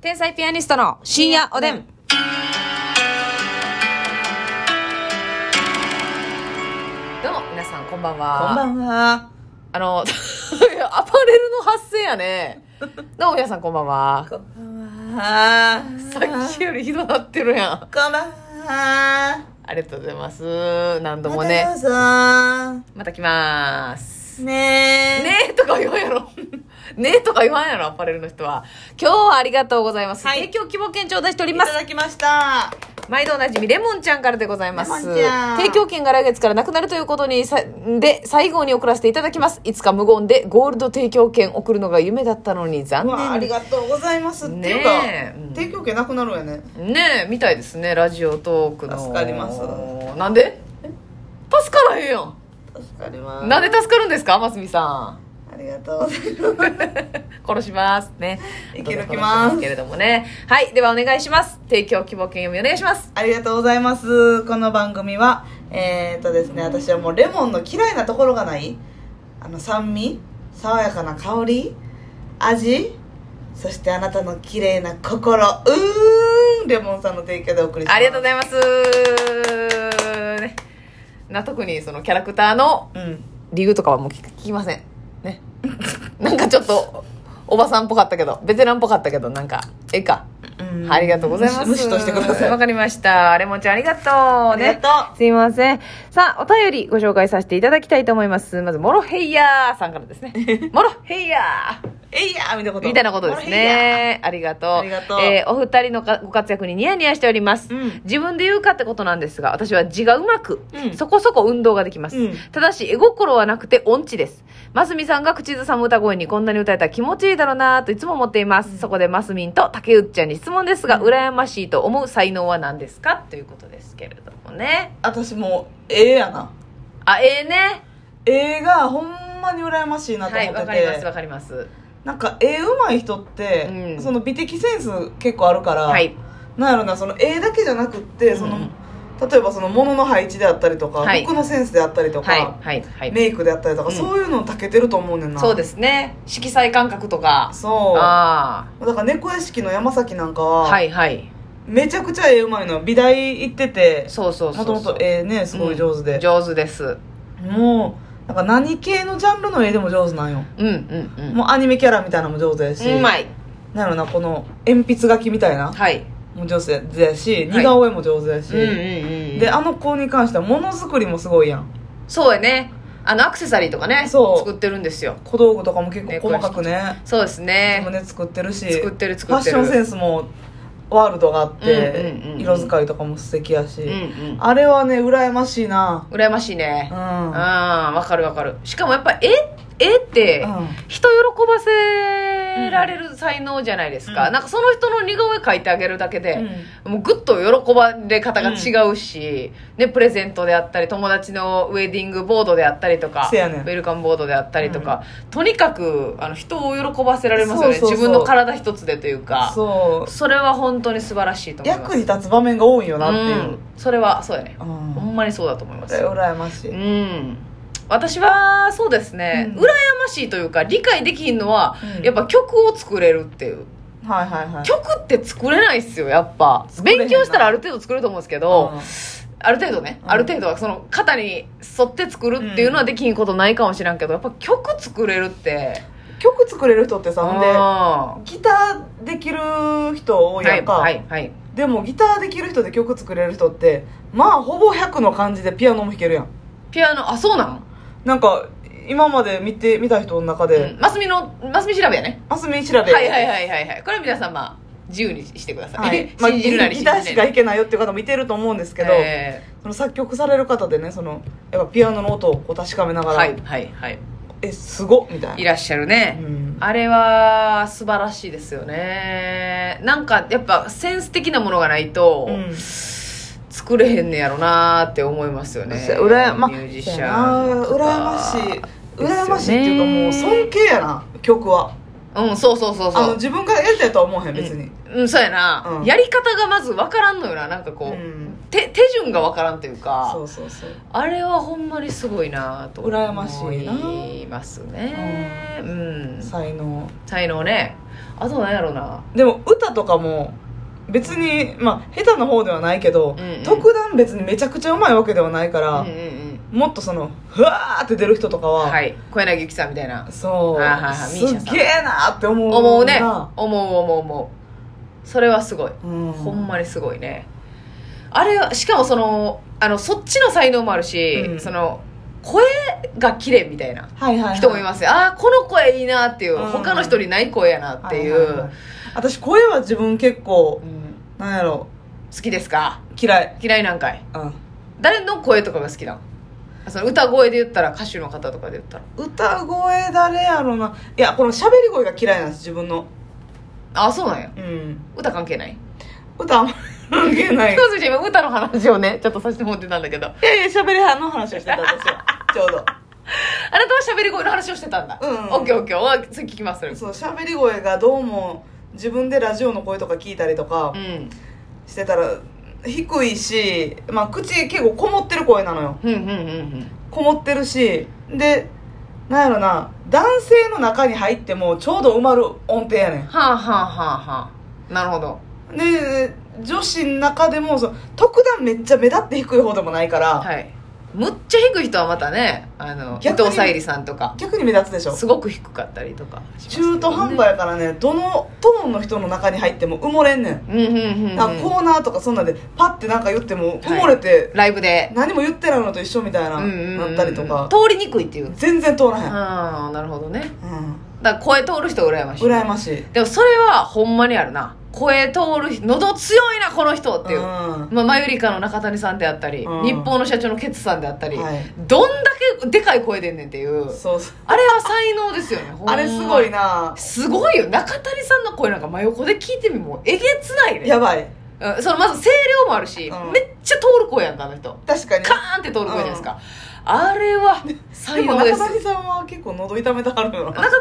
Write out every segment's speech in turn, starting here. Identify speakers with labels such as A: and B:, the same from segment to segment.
A: 天才ピアニストの深夜おでん。どうも、皆さん、こんばんは。
B: こんば
A: ん
B: んは。
A: あの、 いやアパレルの発声やね。どうも、皆さん、こんばんは。
B: こんばんは。
A: さっきよりひどなってるやん。
B: こんばんは。
A: ありがとうございます。何度も
B: ま
A: ね。
B: たどう
A: また来ます。
B: ぞ。ねえ。
A: ねえとか言わんやろ。ねえとか言わんやろ、アパレルの人は。今日はありがとうございます。
B: はい
A: 提供希望券頂戴しており
B: い
A: ま
B: た
A: す。
B: だきました。
A: 毎度おなじみレモンちゃんからでございます
B: レモンちゃん
A: 提供券が来月からなくなるということにさで最後に送らせていただきますいつか無言でゴールド提供券送るのが夢だったのに残
B: うわ
A: 念
B: あありがとうございます。っていう
A: ねえうん
B: か、提供券なくなるよね。
A: ねえみたいですねラジオトークの
B: 助かります
A: なんで助からへんやん
B: 助かります。
A: なんで助かるんですかますみさん
B: ありがとうございます。
A: 殺しますね
B: いただきます
A: 後で殺しけれどもねはいではお願いします提供希望券読みお願いします
B: ありがとうございます。この番組は、えー、っとですね、私はもうレモンの嫌いなところがない、あの酸味、爽やかな香り、味、そしてあなたの綺麗な心、うーん、レモンさんの提供でお送りします。
A: ありがとうご
B: い
A: ざいます、ねな特にそのキャラクターの
B: ます。うん。
A: 理由とかはもう聞聞きませんね なんかちょっとおばさんっぽかったけどベテランっぽかったけどなんかええか、
B: うん
A: ありがとうございます
B: 無視無視としてください
A: わかりましたレモンちゃんありがとう
B: ありがと
A: ね、すいませんさあお便りご紹介させていただきたいと思いますまずモロヘイヤーさんから ですねモロヘイヤー
B: えいやーみたいなこと。
A: みたいなことですね。ありがとう。
B: ありがとう
A: えーお二人のかご活躍にニヤニヤしております。
B: うん
A: 自分で言うかってことなんですが、私は字がうまく、
B: うん
A: そこそこ運動ができます。
B: うん
A: ただし、絵心はなくて音痴です。ますみさんが口ずさむ歌声にこんなに歌えたら気持ちいいだろうなといつも思っています。そこでますみんと竹内ちゃんに質問ですが、羨ましいと思う才能は何ですかということですけれどもね。
B: 私もう、ええやな。
A: あ、ええね。
B: ええが、ほんまに羨ましいなと思
A: は
B: っ
A: い、
B: てて。
A: わかります、わかります。
B: なんか、絵うまい人って、
A: うん
B: その美的センス結構あるから、
A: はい。
B: なんやろなその絵だけじゃなくってその、
A: うん
B: 例えばその物の配置であったりとか、
A: はい
B: 服のセンスであったりとか、
A: はい、はい、はい。
B: メイクであったりとか、
A: うん
B: そういうのたけてると思うねんな
A: そうですすね。色彩感覚とか。
B: そう
A: あ
B: だから猫屋敷の山崎なんか
A: あ
B: は、
A: はいはい
B: めちゃくちゃ絵うまいの美大行ってて
A: そうそうそ
B: も
A: うそう
B: ともと絵ねすごい上手
A: うん
B: で、
A: 上手です
B: もうなんか何系のジャンルの絵でも上手なんよ、
A: うんうんうん
B: もうアニメキャラみたいなのも上手やし、
A: うまい
B: なんやろなこの鉛筆書きみたいな
A: はい
B: も上手やし、
A: はい
B: 似顔絵も上手やし、
A: うんうんうん
B: であの子に関してはものづくりもすごいやん
A: そうやねあのアクセサリーとかね
B: そう
A: 作ってるんですよ
B: 小道具とかも結構細かくね
A: そうです
B: 自
A: ね
B: 分で作ってるし
A: 作ってる
B: フ
A: 作
B: ァッ
A: って
B: シ
A: る
B: ョンセンスもワールドがあって、
A: うんうんうんうん
B: 色使いとかも素敵やし、
A: うんうん
B: あれはね羨ましいな
A: 羨ましいね
B: うん
A: うんわかるわかるしかもやっぱ絵絵って
B: うん
A: 人喜ばせられる才能じゃないですか、
B: うん
A: なんかその人の似顔絵描いてあげるだけで、
B: う
A: もうぐっと喜ばれ方が違うし、ね、プレゼントであったり友達のウェディングボードであったりとか、
B: せやねん
A: ウェルカムボードであったりとか、とにかくあの人を喜ばせられますよね
B: そうそうそう
A: 自分の体一つでというか
B: んそう
A: それは本当に素晴らしいと思います
B: 役に立つ場面が多いよなっていう
A: うん、それはそうやね、
B: うん
A: ほんまにそうだと思います
B: で羨ましい、
A: うん私はそうですね、
B: うん
A: 羨ましいというか理解できひんのは、
B: うん
A: やっぱ曲を作れるっていう
B: はいはいはい
A: 曲って作れないっすよやっぱ
B: 作れへんな
A: 勉強したらある程度作れると思うんですけど、
B: うん
A: ある程度ね、
B: うん
A: ある程度はその肩に沿って作るっていうのはできんことないかもしらんけど、やっぱ曲作れるって
B: 曲作れる人ってさほんで
A: あ
B: ギターできる人多
A: ー
B: いやんか、
A: はいはいはい
B: でもギターできる人で曲作れる人ってまあほぼ100の感じでピアノも弾けるやん
A: ピアノあそうなん
B: なんか今まで見て見た人の中
A: う
B: で
A: んますみのますみ調べやね
B: あすみ調べ
A: はいはいはいはいはいこれは皆様自由にしてください、
B: はい まあ、
A: 信じるなり
B: ギ
A: 信
B: ター
A: じな
B: しか
A: い
B: 弾けないよっていう方もいてると思うんですけど、
A: え
B: その作曲される方でねそのやっぱピアノの音をこう確かめな
A: ー
B: がら、
A: はいはいはい
B: えすごっみたい
A: い
B: な
A: らっしゃるね、
B: うん
A: あれは素晴らしいですよねなんかやっぱセンス的なものがないと、
B: うん
A: 作れへんねやろなーって思いますよね
B: うらやま
A: ミュージシ
B: そう
A: ャ
B: やな
A: ンとか
B: う
A: ら
B: やましい
A: ですよね
B: 羨ましいっていうかもう尊敬やな曲は
A: うんそうそうそう
B: あ
A: そ
B: の
A: う
B: 自分がやりたいとは思わへん別に、
A: うんそうやな、
B: うん
A: やり方がまず分からんのよななんか
B: う
A: こう、
B: ん
A: 手手順が分からんというか
B: そうそうそう
A: あれはほんまにすごいなと
B: 羨ましいな
A: 思いますねうん、
B: 才能
A: 才能ねあとなんやろうな
B: でも歌とかも別にまあ下手な方ではないけど、
A: うんうん
B: 特段別にめちゃくちゃうまいわけではないから、
A: うんうんうん
B: もっとそのふわーって出る人とかは、
A: はい小柳ゆきさんみたいな
B: そ
A: あー
B: う
A: はいはいミーシャさん
B: すっげえなーって思うな
A: 思うね思う思う思うそれはすごい
B: うん、
A: ほんまにすごいねあれはしかもそのあのそっちの才能もあるし、
B: うん
A: その声が綺麗みたいな
B: はいはいはい、
A: 人もいますよ、ああこの声いいなっていう、
B: うん
A: 他の人にない声やなっていう、
B: ははは私声は自分結構
A: うん
B: なんやろ
A: 好きですか
B: 嫌い
A: 嫌いなんかい
B: うん
A: 誰の声とかが好きなのその歌声で言ったら歌手の方とかで言ったら
B: 歌声誰やろないやこの喋り声が嫌いなんです自分の
A: ああそうなんや
B: うん
A: 歌関係ない
B: 歌あんまり関係ない い
A: そうですね今歌の話をねちょっとさせてもらってたんだけどあな
B: やいや喋り派の話をしてた私はちょうど
A: たは喋り声の話をしてたんだ
B: うん
A: オッケーオッケーお次聞きますそれ
B: そう喋り声がどうも自分でラジオの声とか聞いたりとか
A: うん
B: してたら低いし、まあ、口結構こもってる声なのよ
A: うんうんうんうん
B: こもってるしでなんやろな男性の中に入ってもちょうど埋まる音程やねん
A: はあはあはあはあなるほど
B: で女子の中でもその特段めっちゃ目立って低い方でもないから、
A: はいむっちゃ低い人はまたねあの伊
B: 逆に
A: 藤沙莉さんとか
B: 逆に目立つでしょ
A: すごく低かったりとかしますけど
B: 中
A: ね
B: 途半端やからねどのトーンの人の中に入っても埋もれんねん、
A: うんうんうんうん
B: なんかコーナーとかそんなんでパッてなんか言っても埋もれて、
A: ライブで
B: 何も言ってないのと一緒みたいな、
A: うんうんうん
B: なったりとか
A: 通りにくいっていう
B: 全然通らへん、
A: ああなるほどね
B: うん、
A: だから声通る人羨ましい
B: 羨ましい
A: でもそれはほんまにあるな声通る人喉強いなこの人っていう、
B: うん
A: まあ、マユリカの中谷さんであったり、
B: うん
A: 日報の社長のケツさんであったり、
B: はい
A: どんだけでかい声出んねんっていう
B: そうそう
A: あれは才能ですよねほんま
B: あれすごいな
A: すごいよ中谷さんの声なんか真横で聞いてみもうえげつないね
B: やばい
A: うんそのまず声量もあるし、
B: うん
A: めっちゃ通る声やんかあの人
B: 確かに
A: カーンって通る声じゃないですか、あれは
B: で
A: 才
B: も
A: 能です
B: 中谷さんは結構喉痛めたはるよ
A: 中
B: な
A: 谷さ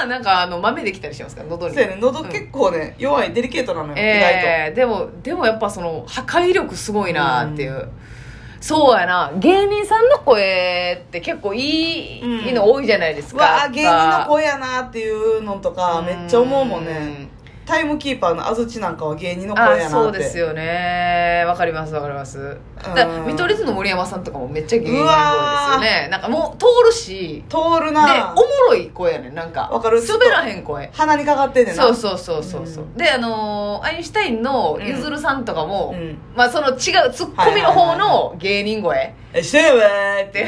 A: んはなんかあの豆できたりしますから喉に
B: そうやね喉
A: うん
B: 結構ね、弱いデリケートなのよ、
A: えー、でもでもやっぱその破壊力すごいなっていう、そうやな芸人さんの声って結構いい,、
B: うん
A: の多いじゃないです
B: 意外と
A: か
B: うわあ芸人の
A: やっ
B: 声やなっていうのと
A: ぱ
B: かめっちゃ思うもんねタイムキーパーの安土なんかは芸人の
A: うん
B: 声やなって
A: あそうですよねわかりますわかりますだから見取り図の森山さんとかもめっちゃ芸人の声ですよねなんかもう通るし
B: 通る
A: で
B: な
A: おもろい声やねんなんか
B: わかる
A: 滑らへん声
B: 鼻にかかってんねんな
A: そうそうそうそうそう、
B: うん
A: であのーアインシュタインのゆずるさんとかも、
B: うん
A: まあその違うツッコミの方の芸人声
B: えしてよーって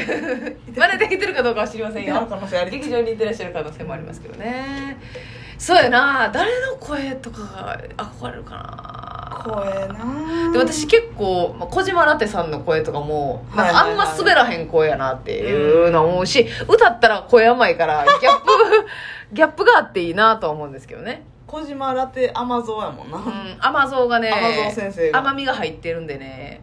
A: で真似できてるかどうかは知りません
B: やる
A: よ
B: 可能性あり
A: 劇場にいてらっしゃる可能性もありますけどねそうやな誰の声とかが憧れるかな
B: 声な
A: で私結構、まあ、小島ラテさんの声とかもなんか
B: はい
A: あ
B: は
A: ん
B: いはい
A: ま滑らへん声やなっていうの思うし歌ったら声甘いからギャップ ギャップがあっていいなとは思うんですけどね
B: 小島ラテアマゾーやもんな、
A: うん、甘蔵がね
B: 甘蔵先生が
A: 甘みが入ってるんでね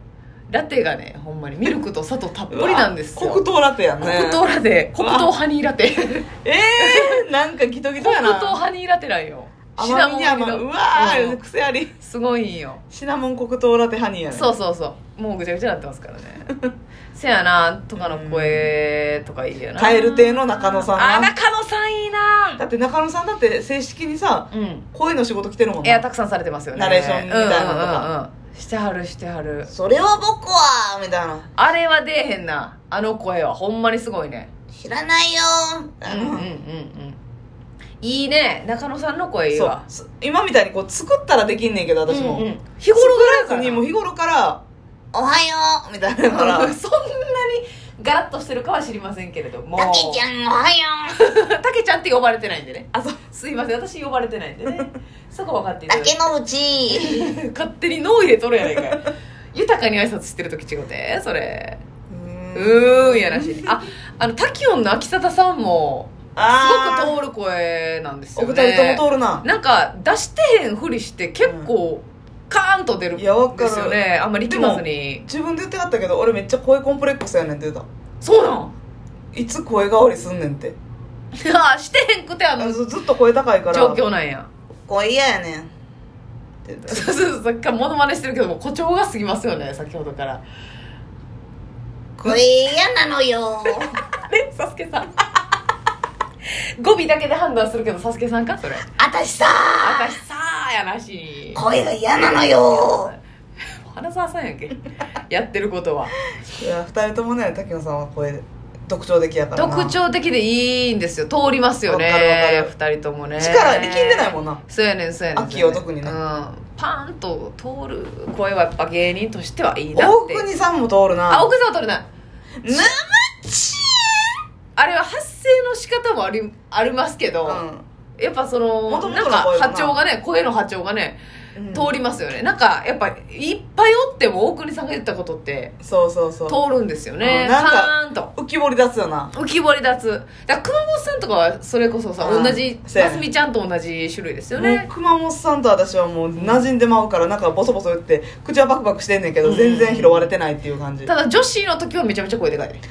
A: ラテがねほんまにミルクと砂糖たっぷりなんですよ
B: うわ黒糖ラテやんね
A: 黒糖ラテ黒糖ハニーラテ
B: えー、なんかギトギト
A: 黒
B: やな
A: 糖ハニーラテなんよ
B: 甘みに甘
A: シナモン入り
B: う
A: の
B: わー、
A: うん
B: 癖あり
A: すごいんよ
B: シナモン黒糖ラテハニーやね
A: そうそうそうもうぐちゃぐちゃなってますからね せやなとかの声とかいいよな
B: 蛙亭の中野さんな
A: あ中野さんいいな
B: だって中野さんだって正式にさ
A: うん
B: 声の仕事来てるもん
A: エア
B: な
A: たくさんされてますよね
B: ナレーションみたいなのとか
A: うんうんうんうんしてはるしてはる
B: それは僕はみたいな
A: あれは出えへんなあの声はほんまにすごいね
B: 知らないよ
A: うん
B: ー
A: うんうんうんいいね中野さんの声いい
B: そう
A: わ
B: す今みたいにこう作ったらできんねんけど私
A: う
B: も、
A: んうん日頃ぐらい
B: 作
A: からら
B: ずにもう日頃から「おはよう」みたいなのか ら
A: そんなにガラッとしてるかは知りませんけれども
B: ゃんおはよ
A: んたけちゃんって呼ばれてないんでね
B: あそう
A: すいません私呼ばれてないんでねそこ分かっていただいて
B: の内
A: 勝手に脳入れとるやないかい豊かに挨拶してる時違うてそれうーんやらしいああのタキオンの秋里さんもすごく通る声なんです
B: お
A: よね
B: 二人とも通るな
A: なんか出してへんふりして結構カーンと出るん
B: いやわか
A: で
B: る
A: すよねあんまり力まずに
B: 自分で言ってはったけど俺めっちゃ声コンプレックスやねんって言う
A: そうなん
B: たいつ声変わりすんねんって
A: あ してへんくてあ
B: あ
A: の
B: ずずっと声高いから
A: 状況なんや
B: 声嫌やねんって言って
A: そうそうそうさっきからモノマネしてるけども誇張が過ぎますよね先ほどから
B: 声嫌なのよ
A: あれサスケさん 語尾だけで判断するけどサスケさんかそれ
B: 私さ
A: 私さーやなしに
B: 声が嫌なのよ
A: 花澤さんやんけやってること はい
B: や二人ともね滝野さんは声特徴的やからな
A: 特徴的でいいんですよ通りますよ
B: わかるわ
A: ね
B: か
A: 二人ともね
B: 力力んでないもんな
A: そうやねんそうやねん
B: 秋を特にね
A: うん、パーンと通る声はやっぱ芸人としてはいいなっ
B: 大
A: て
B: 国さんも通るな
A: あ奥さんは取れない
B: 生
A: あれは発声の仕方もありありますけど、やっぱその
B: 元々
A: なん
B: の
A: か
B: 声がな
A: 波長がね声の波長がね
B: うん、うん、
A: 通りますよね、なんかやっぱいっぱいおっても大国さんが言ったことって
B: そうそうそう
A: 通るんですよね、
B: うん
A: パ
B: なんか
A: ーンと
B: 浮き彫り出すよな
A: 浮き彫り立つだから熊本さんとかはそれこそさ
B: うん
A: 同じ
B: そうや
A: ま
B: ね
A: すみちゃんと同じ種類ですよ
B: もう
A: ね
B: 熊本さんと私はもう馴染んでまうからなんかボソボソ言って口はバクバクしてんねんけど
A: うん
B: 全然拾われてないっていう感 じ
A: ただ女子の時はめちゃめちゃ声でかいね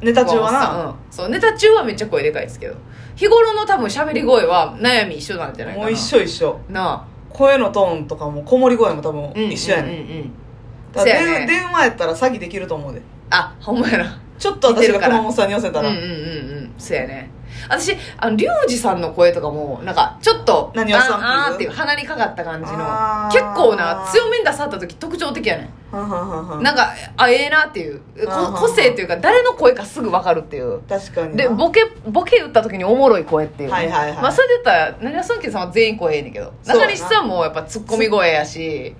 B: ネタ中はな
A: な、うん、そうネタ中はめっちゃ声でかいですけど日頃の多分喋り声は悩み一緒なんじゃないかな
B: もう一緒一緒
A: なあ
B: 声のトーンとかも子守声も多分
A: うん
B: 一緒やねん、
A: うんうんうん
B: だから
A: そうやね
B: 電電話やったら詐欺できると思うで
A: あほんまやな
B: ちょっと
A: 似て
B: 私が
A: るから
B: 熊本さんに寄せたら、
A: うんうんうんうんそうやね私あのリュウジさんの声とかもなんかちょっと
B: 何を
A: あ
B: したん
A: んあ
B: です
A: ーっていう鼻にかかった感じの
B: あー
A: 結構な強めに出さった時特徴的やね
B: はんはんはんはん
A: なんかあええなっていうこ
B: あー
A: 個性っていうか誰の声かすぐ分かるっていう
B: 確かにな
A: でボケボケ打った時におもろい声っていう、
B: はいはいはい
A: まあ、それで言ったらなにわそんけんさんは全員声ええねんけど
B: そうや
A: 中
B: な
A: 西さんもやっぱツッコミ声やし
B: い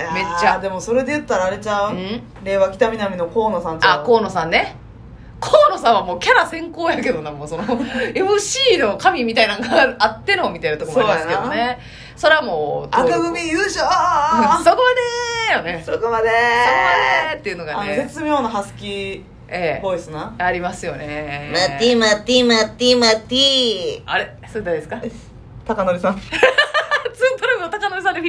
B: やー
A: めっちゃ
B: でもそれで言ったらあれちゃ
A: う
B: う、
A: ん
B: 令和北南の河野さんちゃう
A: あ河野さんね河野さんはもうキャラ先行やけどなもうその MC の神みたいなのがあってのみたいなとこもありますけど
B: そうや
A: ねそれはもう
B: 赤組優勝
A: うんそこまでーよね
B: そこ
A: そ
B: まで
A: こまでーっていうのが
B: あの
A: ね
B: 絶妙なハスキ
A: え
B: ーボイスな
A: えありますよね
B: マティマティマティマティ
A: あれそれ誰ですか
B: 高典さん